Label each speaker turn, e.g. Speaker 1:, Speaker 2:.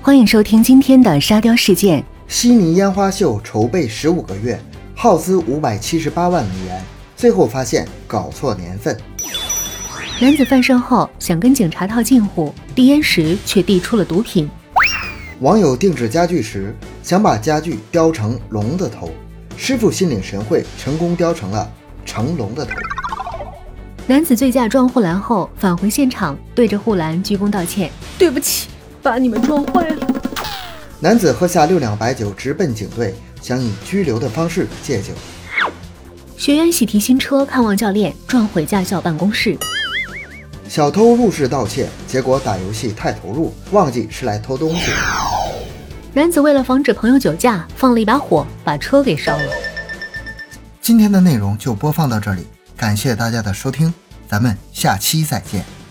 Speaker 1: 欢迎收听今天的沙雕事件。
Speaker 2: 悉尼烟花秀筹备十五个月，耗资五百七十八万美元，最后发现搞错年份。
Speaker 1: 男子犯事后想跟警察套近乎，递烟时却递出了毒品。
Speaker 2: 网友定制家具时想把家具雕成龙的头，师傅心领神会，成功雕成了成龙的头。
Speaker 1: 男子醉驾撞护栏后返回现场，对着护栏鞠躬道歉。
Speaker 3: 对不起，把你们撞坏了。
Speaker 2: 男子喝下六两白酒，直奔警队，想以拘留的方式戒酒。
Speaker 1: 学员喜提新车看望教练，撞毁驾校办公室。
Speaker 2: 小偷入室盗窃，结果打游戏太投入，忘记是来偷东西。
Speaker 1: 男子为了防止朋友酒驾，放了一把火，把车给烧了。
Speaker 2: 今天的内容就播放到这里，感谢大家的收听，咱们下期再见。